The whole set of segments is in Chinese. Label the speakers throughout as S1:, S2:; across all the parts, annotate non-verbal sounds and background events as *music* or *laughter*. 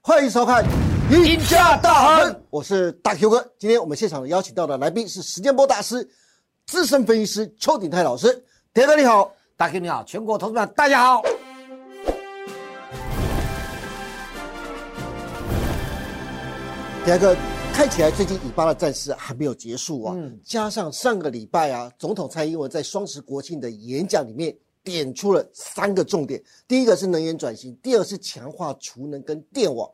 S1: 欢迎收看《赢家大亨》，我是大 Q 哥。今天我们现场邀请到的来宾是时间波大师、资深分析师邱鼎泰老师。铁哥你好，
S2: 大 Q 你好，全国投资者大家好。
S1: 铁哥，看起来最近以巴的战事还没有结束啊，加上上个礼拜啊，总统蔡英文在双十国庆的演讲里面点出了三个重点，第一个是能源转型，第二是强化储能跟电网，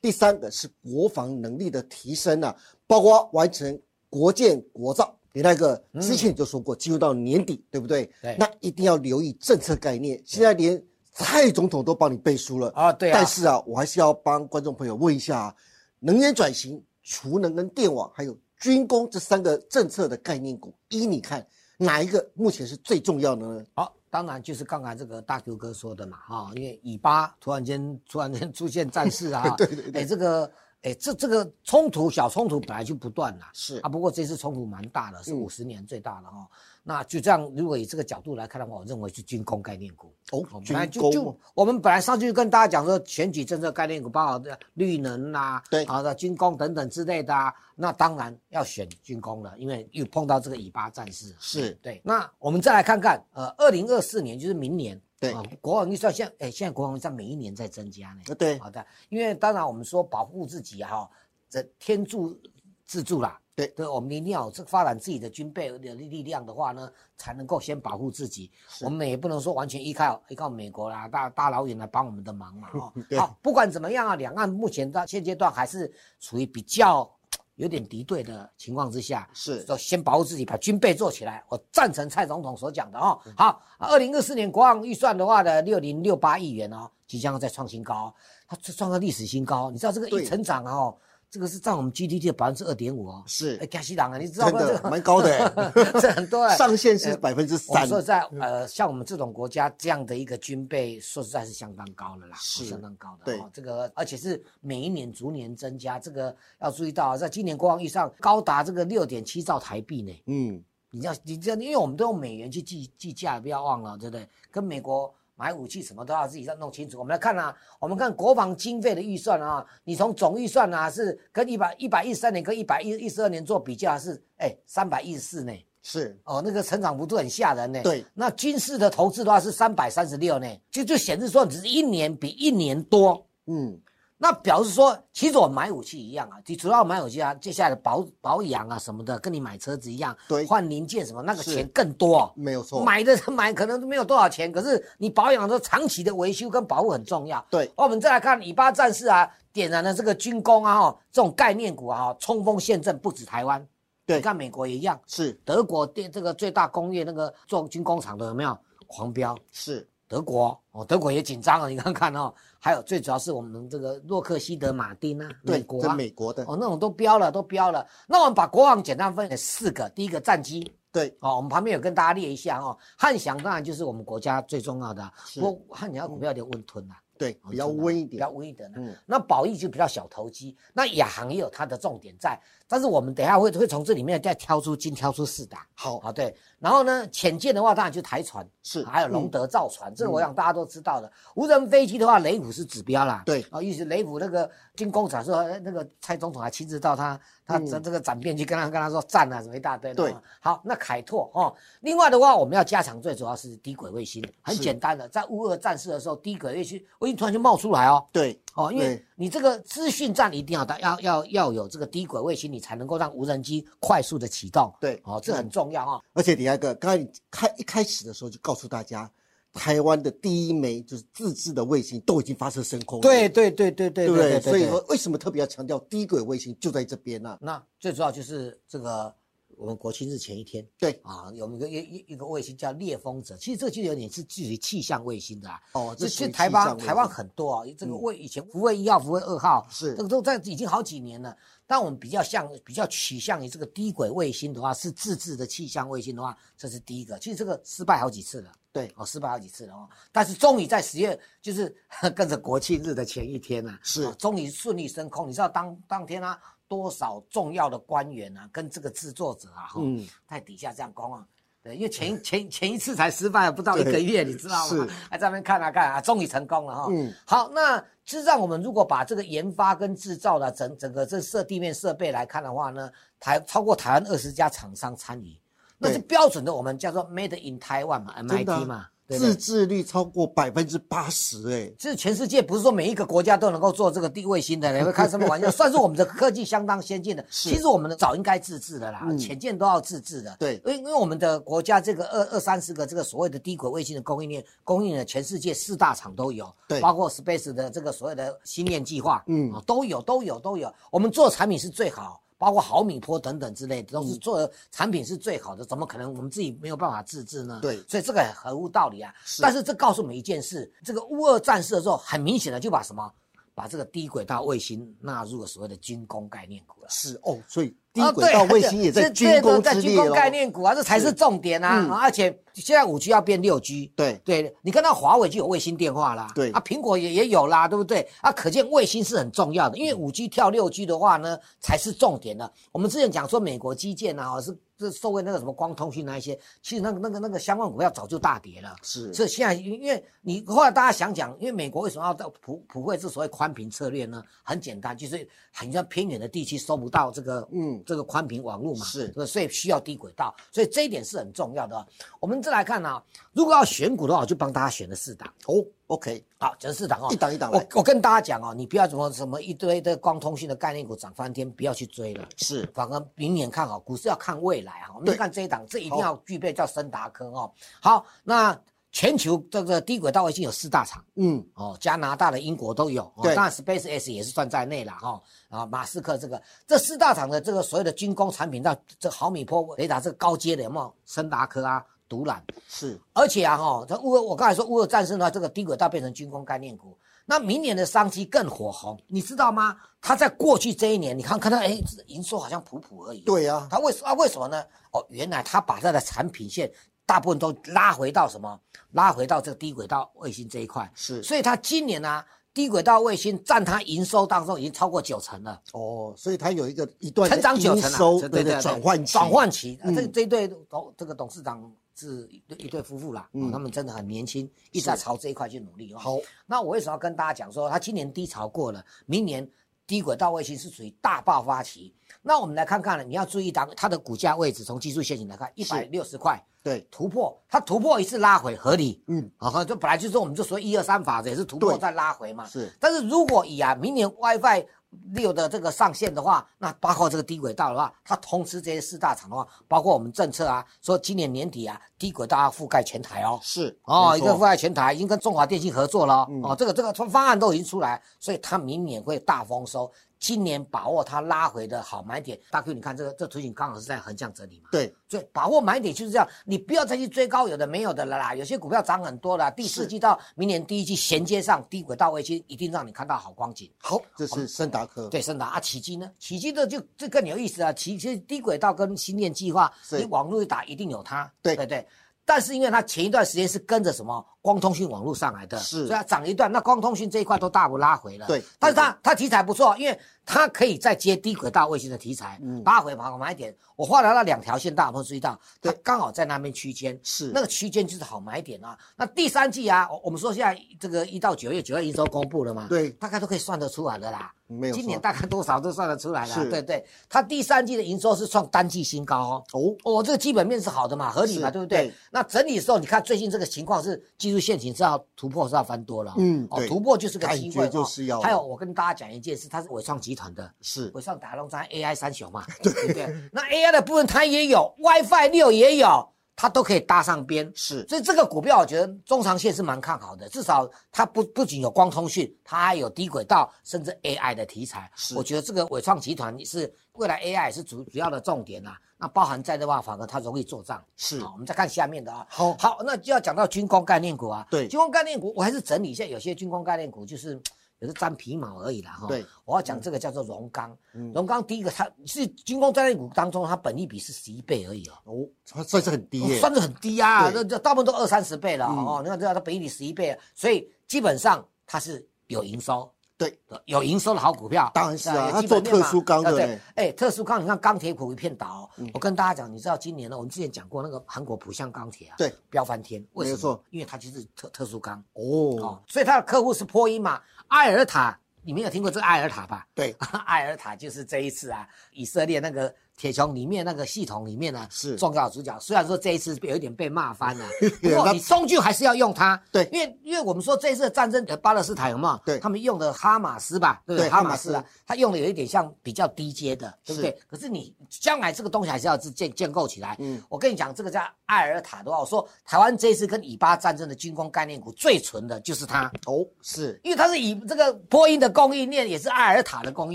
S1: 第三个是国防能力的提升啊，包括完成国建国造。你那个之前就说过，进入到年底，对不对？
S2: 对
S1: 那一定要留意政策概念。现在连蔡总统都帮你背书了
S2: 啊对啊
S1: 但是啊，我还是要帮观众朋友问一下、啊，能源转型、储能跟电网，还有军工这三个政策的概念股，依你看哪一个目前是最重要的呢？
S2: 好，当然就是刚才这个大 Q 哥说的嘛，哈、因为以巴突然间突然间出现战事啊， *laughs* 对对对，哎，这个哎这这个冲突小冲突本来就不断啦，
S1: 是
S2: 啊，不过这次冲突蛮大的，是
S1: 嗯
S2: 五十年最大的哈、那就这样，如果以这个角度来看的话，我认为是军工概念股。
S1: 哦
S2: 我，们
S1: 军
S2: 本来就
S1: 工
S2: 就我们本来上去跟大家讲说选举政策概念股，包括的绿能啦、
S1: 对
S2: 好的军工等等之类的啊，那当然要选军工了，因为又碰到这个以巴战事。啊
S1: 是
S2: 对，那我们再来看看，呃，二零二四年就是明年，
S1: 对
S2: 啊国防预算现哎、现在国防预算每一年在增加呢。
S1: 啊，对
S2: 好的，因为当然我们说保护自己哈、这天助自助啦。
S1: 对
S2: 对，我们一定要有这个发展自己的军备的力量的话呢，才能够先保护自己。
S1: 是
S2: 我们也不能说完全依靠依靠美国啦，大大老远来帮我们的忙嘛。哦
S1: *laughs* ，对
S2: 好，不管怎么样啊，两岸目前到现阶段还是处于比较有点敌对的情况之下，
S1: 是
S2: 要先保护自己，把军备做起来。我赞成蔡总统所讲的哦。好，二零二四年国防预算的话呢，六零六八亿元哦，即将要再创新高哦，它创造历史新高哦。你知道这个
S1: 对
S2: 一成长哦，这个是占我们 GDP 的百分之二点五哦。
S1: 是
S2: 哎，加西党啊，你知道
S1: 真
S2: 吗？这
S1: 的
S2: 个
S1: 蛮高的、
S2: *laughs*
S1: 欸，
S2: 这很多哎。
S1: 上嗯限是百分之
S2: 我们
S1: 三，
S2: 说在呃，像我们这种国家这样的一个军备，说实在是相当高了啦，
S1: 是
S2: 相当高的。
S1: 对
S2: 哦，这个而且是每一年逐年增加，这个要注意到啊，在今年国防预算高达这个六点七兆台币呢。
S1: 嗯，
S2: 你要你这样，因为我们都用美元去计计价，不要忘了，对不对？跟美国买武器什么都要自己再弄清楚。我们来看啊，我们看国防经费的预算啊，你从总预算啊是跟一百一百一十三年跟一百一一十二年做比较是哎三百一十四呢，
S1: 是
S2: 哦，那个成长幅度很吓人呢。
S1: 对
S2: 那军事的投资的话是三百三十六呢，就就显示说只是一年比一年多。
S1: 嗯，
S2: 那表示说，其实我买武器一样啊，你主要买武器啊，接下来的保保养啊什么的，跟你买车子一样，
S1: 对
S2: 换零件什么，那个
S1: 是
S2: 钱更多哦、
S1: 没有错，
S2: 买的 *laughs* 买可能都没有多少钱，可是你保养的时候，长期的维修跟保护很重要。哦
S1: 对，
S2: 我们再来看以巴战事啊，点燃了这个军工啊，哈，这种概念股啊，哈冲锋陷阵不止台湾，
S1: 对
S2: 你看美国也一样，
S1: 是
S2: 德国电这个最大工业那个做军工厂的有没有狂飙？
S1: 是，
S2: 德国哦，德国也紧张了，你看看哦。还有最主要是我们这个洛克希德马丁啊，
S1: 对，
S2: 美国
S1: 这
S2: 啊，
S1: 美国的，
S2: 哦那种都标了，都标了。那我们把国防简单分成四个，第一个战机
S1: 对，
S2: 哦，我们旁边有跟大家列一下哦。汉翔当然就是我们国家最重要的啊，
S1: 是
S2: 不过汉翔股票有点温吞啦、
S1: 对，
S2: 哦
S1: 比较
S2: 真的
S1: 温一
S2: 比
S1: 点
S2: 较，温一点的、
S1: 嗯
S2: 那宝益就比较小投机，那亚航也有它的重点在，但是我们等一下会会从这里面再挑出精挑出四档。
S1: 好，
S2: 啊，对，然后呢，潜舰的话当然就台船，
S1: 是
S2: 还有龙
S1: 嗯
S2: 德造船，这个我想大家都知道的。无人飞机的话，雷虎是指标啦，
S1: 对
S2: 啊，意思雷虎那个军工厂说，哎那个蔡总统还亲自到他他
S1: 嗯
S2: 这这个展片去跟他跟他说赞啊什么一大堆的。
S1: 对
S2: 好，那凯拓哦，另外的话我们要加强，最主要是低轨卫星，很
S1: 是
S2: 简单的，在乌俄战事的时候，低轨卫星卫星突然就冒出来哦，
S1: 对，
S2: 哦，因为
S1: 对
S2: 你这个资讯站一定要到要要要有这个低轨卫星，你才能够让无人机快速的启动。
S1: 对
S2: 哦，这很重要啊、哦。
S1: 而且李亚哥，刚才你开一开始的时候就告诉大家，台湾的第一枚就是自制的卫星都已经发射升空了，
S2: 对对对对对
S1: 对不
S2: 对
S1: 对？所以说，为什么特别要强调低轨卫星就在这边呢、
S2: 那最主要就是这个我们国庆日前一天
S1: 对，
S2: 啊，有一个一一一个卫星叫猎风者，其实这就有点是至于气象卫星的啊。
S1: 哦，
S2: 这
S1: 这
S2: 其
S1: 是
S2: 实台湾台湾很多啊，这个
S1: 嗯
S2: 卫以前福卫一号、福卫二号
S1: 是
S2: 这个都在已经好几年了。但我们比较像比较取向于这个低轨卫星的话，是自制的气象卫星的话，这是第一个。其实这个失败好几次了。
S1: 对，
S2: 哦，失败好几次了哦，但是终于在十月，就是 *laughs* 跟着国庆日的前一天啊，
S1: 是
S2: 哦终于顺利升空。你知道当当天啊，多少重要的官员啊，跟这个制作者啊，哈、
S1: 嗯
S2: 在底下这样讲啊，对，因为前前前一次才失败，不到一个月，你知道吗
S1: 哎 *laughs* 是？
S2: 还在那边看啊看啊，终于成功了哈。
S1: 嗯，
S2: 好，那事实上我们如果把这个研发跟制造的整整个这设地面设备来看的话呢，台超过台湾二十家厂商参与，那是
S1: 对
S2: 标准的，我们叫做 Made in Taiwan 嘛
S1: 真的啊
S2: ，MIT 嘛，对不
S1: 自
S2: 对？
S1: 制率超过百分之八十，哎，
S2: 这全世界不是说每一个国家都能够做这个地卫星
S1: *laughs*
S2: 的，你会开什么玩笑？算是我们的科技相当先进的。
S1: 是
S2: 其实我们的早应该自制的啦，
S1: 嗯
S2: 潜舰都要自制的。
S1: 对
S2: 因为因为我们的国家这个二二三十个这个所谓的低轨卫星的供应链，供应了全世界四大厂都有，
S1: 对
S2: 包括 Space 的这个所谓的星链计划，
S1: 嗯
S2: 啊都有都有都有。我们做产品是最好。包括毫米波等等之类的，都是
S1: 嗯
S2: 做的产品是最好的，怎么可能我们自己没有办法自制呢？
S1: 对
S2: 所以这个合乎道理啊。
S1: 是
S2: 但是这告诉我们一件事：这个乌俄战事的时候，很明显的就把什么，把这个低轨道卫星纳入了所谓的军工概念股了。
S1: 是哦，所以低
S2: 啊，
S1: 轨道卫星也在军工
S2: 在
S1: 之
S2: 军
S1: 列
S2: 工
S1: 喽。
S2: 概念股啊，这才是
S1: 是
S2: 重点啊！
S1: 嗯
S2: 啊而且现在五 G 要变六 G，
S1: 对
S2: 对，你看到华为就有卫星电话啦，
S1: 对
S2: 啊，苹果也也有啦，对不对？啊，可见卫星是很重要的，因为五 G 跳六 G 的话呢，才是重点的。我们之前讲说美国基建啊，是是受惠那个什么光通讯那一些，其实那个那个那个相关股票早就大跌了。
S1: 是
S2: 所以现在，因为你后来大家想想，因为美国为什么要到普普惠这所谓宽频策略呢？很简单，就是很像偏远的地区收不到这个
S1: 嗯
S2: 这个宽频网络嘛，
S1: 是
S2: 对所以需要低轨道，所以这一点是很重要的哦。我们再来看啊，如果要选股的话，我就帮大家选了四档。
S1: 哦，OK，
S2: 好，选四档哦，
S1: 一档一档
S2: 我
S1: 来，
S2: 我跟大家讲哦，你不要什么什么一堆的光通讯的概念股涨翻天，不要去追了。
S1: 是
S2: 反而明年看好，股市要看未来啊。我们
S1: 对
S2: 就看这一档，这一定要具备叫森达科哦。好，那全球这个低轨道卫星有四大厂
S1: 嗯，
S2: 哦，加拿大的、英国都有哦。
S1: 对
S2: 当然 Space X 也是算在内了哈、哦。啊，马斯克这个这四大厂的这个所有的军工产品，到这毫米波雷达这个高阶的有没有森达科啊、独揽？
S1: 是
S2: 而且啊，哈，这乌俄，我刚才说乌俄战争呢，这个低轨道变成军工概念股，那明年的商机更火红，你知道吗？它在过去这一年，你看看到，哎，营收好像普普而已。，
S1: 对呀，
S2: 它为什啊？为什么呢？哦，原来它把它的产品线大部分都拉回到什么？拉回到这个低轨道卫星这一块，
S1: 是
S2: 所以它今年呢、低轨道卫星占它营收当中已经超过九成了。
S1: 哦，所以它有一个一段
S2: 成长
S1: 的
S2: 九
S1: 哦营
S2: 成啊，
S1: 收
S2: 对
S1: 对
S2: 对
S1: 对
S2: 对，
S1: 转换期
S2: 转换期，啊
S1: 嗯
S2: 这这一对董这个董事长是一对一对夫妇啦，哦他们真的很年轻，一直在朝这一块去努力哦。
S1: 嗯好，
S2: 那我为什么要跟大家讲说，它今年低潮过了，明年低轨道卫星是属于大爆发期？那我们来看看呢，你要注意当它的股价位置，从技术线型来看，一百六十块
S1: 对，
S2: 突破，它突破一次拉回合理，
S1: 嗯，
S2: 啊，就本来就是我们就说一二三法则也是突破
S1: 对
S2: 再拉回嘛，
S1: 是
S2: 但是如果以啊明年 WiFi 六的这个上线的话，那包括这个低轨道的话，它通吃这些四大厂的话，包括我们政策啊，说今年年底啊，低轨道要覆盖全台哦。
S1: 是
S2: 哦，
S1: 没
S2: 一
S1: 错
S2: 个覆盖全台，已经跟中华电信合作了哦。
S1: 嗯
S2: 哦这个这个方案都已经出来，所以它明年会大丰收。今年把握它拉回的好买点，大 Q，你看这个这图形刚好是在横向整理嘛。
S1: 对，
S2: 所以把握买点就是这样，你不要再去追高有的没有的了啦。有些股票涨很多了，第四季到明年第一季衔接上低轨道卫星，一定让你看到好光景。
S1: 好，这是森达科，
S2: 哦对，甚达啊，奇迹呢？奇迹的就这更有意思啊！奇迹低轨道跟星链计划，
S1: 是
S2: 你网络一打一定有它，
S1: 对
S2: 对对。但是因为它前一段时间是跟着什么光通讯网络上来的，
S1: 是
S2: 所以它涨一段，那光通讯这一块都大幅拉回了。
S1: 对
S2: 但是它它题材不错，因为它可以再接低轨道卫星的题材，
S1: 嗯
S2: 拉回跑买点。我画了那两条线，大家有没有注意到？它
S1: 对
S2: 刚好在那边区间，
S1: 是
S2: 那个区间就是好买点啊。那第三季啊，我我们说现在这个一到九月，九月营收公布了嘛，
S1: 对
S2: 大概都可以算得出来的啦。
S1: 没有
S2: 今
S1: 错
S2: 年大概多少都算得出来了，
S1: 是
S2: 对对。它第三季的营收是创单季新高哦。
S1: 哦，
S2: 哦，这个基本面是好的嘛，合理嘛，
S1: 是
S2: 对不对？
S1: 对
S2: 那整理的时候，你看最近这个情况是技术陷阱是要突破是要翻多了哦，
S1: 嗯
S2: 哦，
S1: 对
S2: 突破就是个机会哦，
S1: 感觉就是要
S2: 还有我跟大家讲一件事，它是伟创集团的，
S1: 是
S2: 伟创打通在 AI 三雄
S1: *laughs*
S2: 嘛，对不对？那 AI 的部分它也有，WiFi 六也有，它都可以搭上边，
S1: 是
S2: 所以这个股票我觉得中长线是蛮看好的，至少它不不仅有光通讯，它还有低轨道，甚至 AI 的题材。
S1: 是
S2: 我觉得这个伟创集团是未来 AI 也是主主要的重点啦、啊那包含在的话，反而它容易做账。
S1: 是
S2: 好，我们再看下面的啊。
S1: 好
S2: 好，那就要讲到军工概念股啊。
S1: 对
S2: 军工概念股，我还是整理一下，有些军工概念股就是。也是沾皮毛而已啦，哈。
S1: 对，
S2: 我要讲这个叫做荣钢
S1: 嗯。
S2: 荣钢第一个，它是军工概念股当中，它本益比是十一倍而已哦。
S1: 哦，它算是很低
S2: 哦
S1: 耶，
S2: 算是很低啊，
S1: 对
S2: 这这大部分都二三十倍了、
S1: 嗯
S2: 哦。你看这它本益比十一倍，所以基本上它是有营收，
S1: 对，
S2: 有营收的好股票，
S1: 当然是啊
S2: 有
S1: 它
S2: 基本
S1: 做
S2: 面嘛
S1: 特殊钢的
S2: 对不
S1: 嘞
S2: 对。哎，特殊钢，你看钢铁股一片倒、
S1: 嗯
S2: 我跟大家讲，你知道今年呢，我们之前讲过那个韩国浦项钢铁啊，
S1: 对，
S2: 飙翻天，为什
S1: 没
S2: 么？
S1: 错
S2: 因为它就是特特殊钢
S1: 哦
S2: 哦，，所以它的客户是波音嘛，埃尔塔，你们有听过这个埃尔塔吧？
S1: 对，
S2: *laughs* 埃尔塔就是这一次啊，以色列那个铁穹里面那个系统里面呢、
S1: 是
S2: 重要主角。虽然说这一次有一点被
S1: *laughs*
S2: 骂翻了、不
S1: 对
S2: 过
S1: 那
S2: 你终究还是要用它。
S1: *laughs* 对
S2: 因为因为我们说这一次的战争，呃，巴勒斯坦有没有？
S1: 对
S2: 他们用的哈马斯吧，对不对？
S1: 对
S2: 哈
S1: 哈
S2: 马
S1: 马
S2: 斯
S1: 斯
S2: 啊，他用的有一点像比较低阶的，对不
S1: 是
S2: 对？可是你将来这个东西还是要自建建构起来。
S1: 嗯
S2: 我跟你讲，这个叫艾尔塔的话，我说台湾这一次跟以巴战争的军工概念股最纯的就是
S1: *laughs*
S2: 它。
S1: 哦，是
S2: 因为它是以这个波音的供应链，也是埃尔塔的供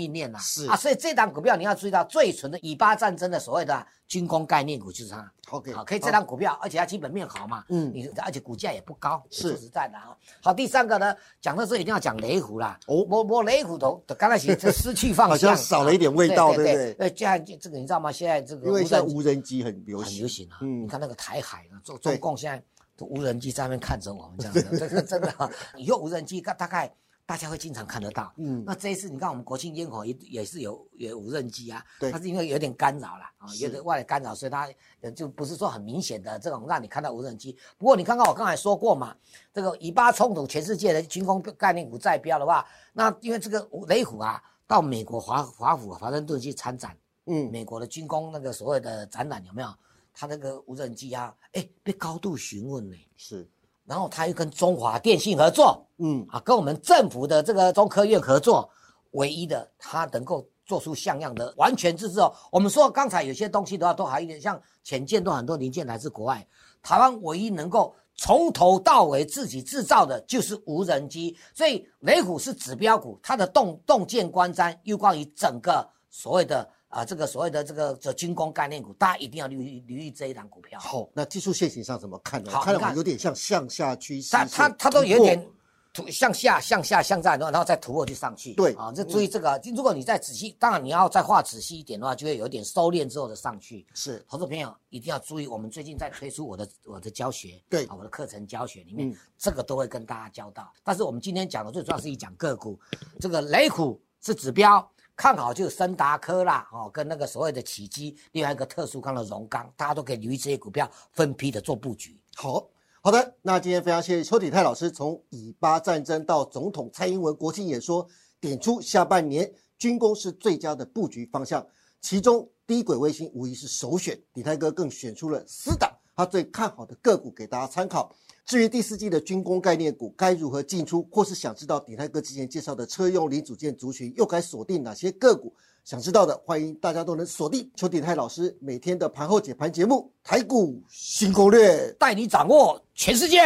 S2: 应链呐、
S1: 是
S2: 啊，所以这档股票你要注意到最纯的以巴战争的所谓的军工概念股就是它。
S1: OK，
S2: 好，可以这档股票，而且它基本面好嘛，
S1: 嗯
S2: 你而且股价也不高，
S1: 是
S2: 说实在的啊。好，第三个呢，讲到这一定要讲雷虎啦，
S1: 哦
S2: 摸摸雷虎头，刚才其实失去方
S1: *laughs* 好
S2: 向，
S1: 像少了一点味道
S2: 啊
S1: 对不
S2: *laughs* 对？呃，就像这个你知道吗？现在这个
S1: 因为
S2: 无
S1: 现在
S2: 人机
S1: 无人机很流
S2: 很
S1: 行
S2: 流，行啊。
S1: 嗯
S2: 你看那个台海啊，中
S1: 对
S2: 中共现在都无人机在那边看着我们这样
S1: *laughs*
S2: 子，这个真的啊、你用无人机，大大概大家会经常看得到。
S1: 嗯，
S2: 那这一次你看我们国庆烟火也也是有有无人机啊，
S1: 对
S2: 它是因为有点干扰了啊，
S1: 是
S2: 有点外来干扰，所以它呃就不是说很明显的这种让你看到无人机。不过你刚刚我刚才说过嘛，这个以巴冲突，全世界的军工概念股在标的话，那因为这个雷虎啊，到美国华华府啊华盛顿去参展，
S1: 嗯，
S2: 美国的军工那个所谓的展览有没有？他那个无人机啊，哎，被高度询问呢。
S1: 是，
S2: 然后他又跟中华电信合作
S1: 嗯，
S2: 啊，跟我们政府的这个中科院合作，唯一的他能够做出像样的完全自制哦。我们说刚才有些东西的话，都还有点像潜舰，都很多零件来自国外。台湾唯一能够从头到尾自己制造的就是无人机，所以雷虎是指标股，它的洞洞见观瞻，又关于整个所谓的啊、这个所谓的这个这军工概念股，大家一定要留意留意这一档股票。
S1: 好，那技术线型上怎么看呢？
S2: 好
S1: 我看
S2: 你看
S1: 我有点像向下趋势
S2: 它
S1: 线，
S2: 它它都有
S1: 不过
S2: 点突向下、向下、向下，然后然后再突破就上去。
S1: 对
S2: 啊，这注意这个。如果你再仔细，当然你要再画仔细一点的话，就会有点收敛之后的上去。
S1: 是
S2: 投资朋友一定要注意，我们最近在推出我的我的教学，
S1: 对
S2: 啊，我的课程教学里面，
S1: 嗯
S2: 这个都会跟大家教到。但是我们今天讲的最主要是一讲个股，这个雷虎是指标，看好就是森达科啦，哦，跟那个所谓的起基，另外一个特殊钢的荣钢，大家都可以留意这些股票分批的做布局。
S1: 好好的，那今天非常谢谢邱鼎泰老师，从以巴战争到总统蔡英文国庆演说，点出下半年军工是最佳的布局方向，其中低轨卫星无疑是首选。鼎泰哥更选出了四档他最看好的个股给大家参考。至于第四季的军工概念股该如何进出，或是想知道鼎泰哥之前介绍的车用零组件族群又该锁定哪些个股，想知道的欢迎大家都能锁定邱鼎泰老师每天的盘后解盘节目《台股新攻略》。
S2: 带你掌握全世界。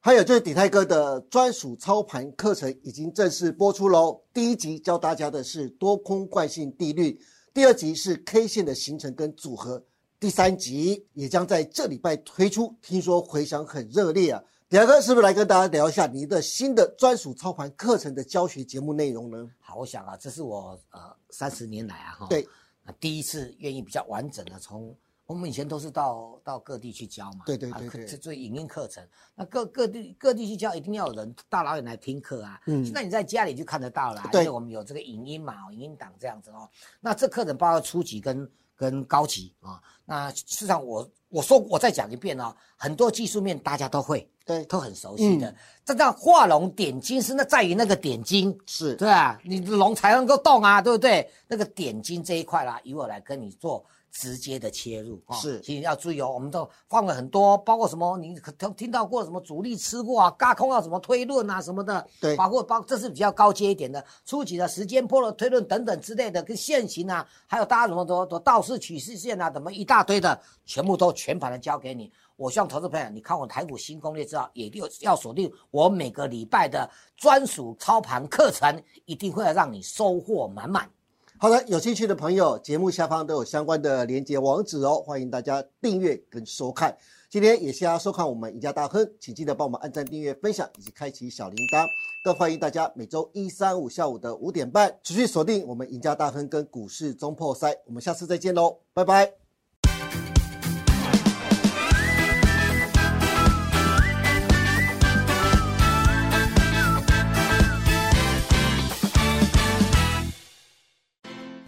S1: 还有就是鼎泰哥的专属操盘课程已经正式播出喽。第一集教大家的是多空惯性定律，第二集是 K 线的形成跟组合，第三集也将在这礼拜推出，听说回响很热烈啊。鼎泰哥是不是来跟大家聊一下你的新的专属操盘课程的教学节目内容呢？
S2: 好，我想啊，这是我呃三十年来啊哈，
S1: 对，
S2: 啊第一次愿意比较完整的从我们以前都是到到各地去教嘛，
S1: 对对
S2: 啊
S1: 对
S2: 可
S1: 对
S2: 这做影音课程，那各各地各地去教，一定要有人大老远来听课啊。
S1: 嗯
S2: 现在你在家里就看得到啦，
S1: 对
S2: 因为我们有这个影音嘛，影音档这样子哦。那这课程包括初级跟跟高级啊、那事实上我我说我再讲一遍哦，很多技术面大家都会。
S1: 对，
S2: 都很熟悉
S1: 嗯
S2: 的，这叫画龙点睛，是那在于那个点睛，
S1: 是
S2: 对啊，你的龙才能够动啊，对不对？那个点睛这一块啦，由我来跟你做直接的切入哦。
S1: 是
S2: 其实要注意哦，我们都放了很多，包括什么你可都听到过什么主力吃过啊，嘎空啊，什么推论啊什么的，
S1: 对
S2: 包括包这是比较高阶一点的，初级的时间波的推论等等之类的，跟现行啊，还有大家什么多多道氏曲势线啊，怎么一大堆的，全部都全盘的交给你。我希望投资朋友，你看我台股新攻略之后，也就要锁定我每个礼拜的专属操盘课程，一定会让你收获满满。
S1: 好的，有兴趣的朋友，节目下方都有相关的连接网址哦，欢迎大家订阅跟收看。今天也谢谢大家收看我们赢家大亨，请记得帮我们按赞、订阅、分享以及开启小铃铛。更欢迎大家每周一、三、五下午的五点半持续锁定我们赢家大亨跟股市中破塞。我们下次再见喽，拜拜。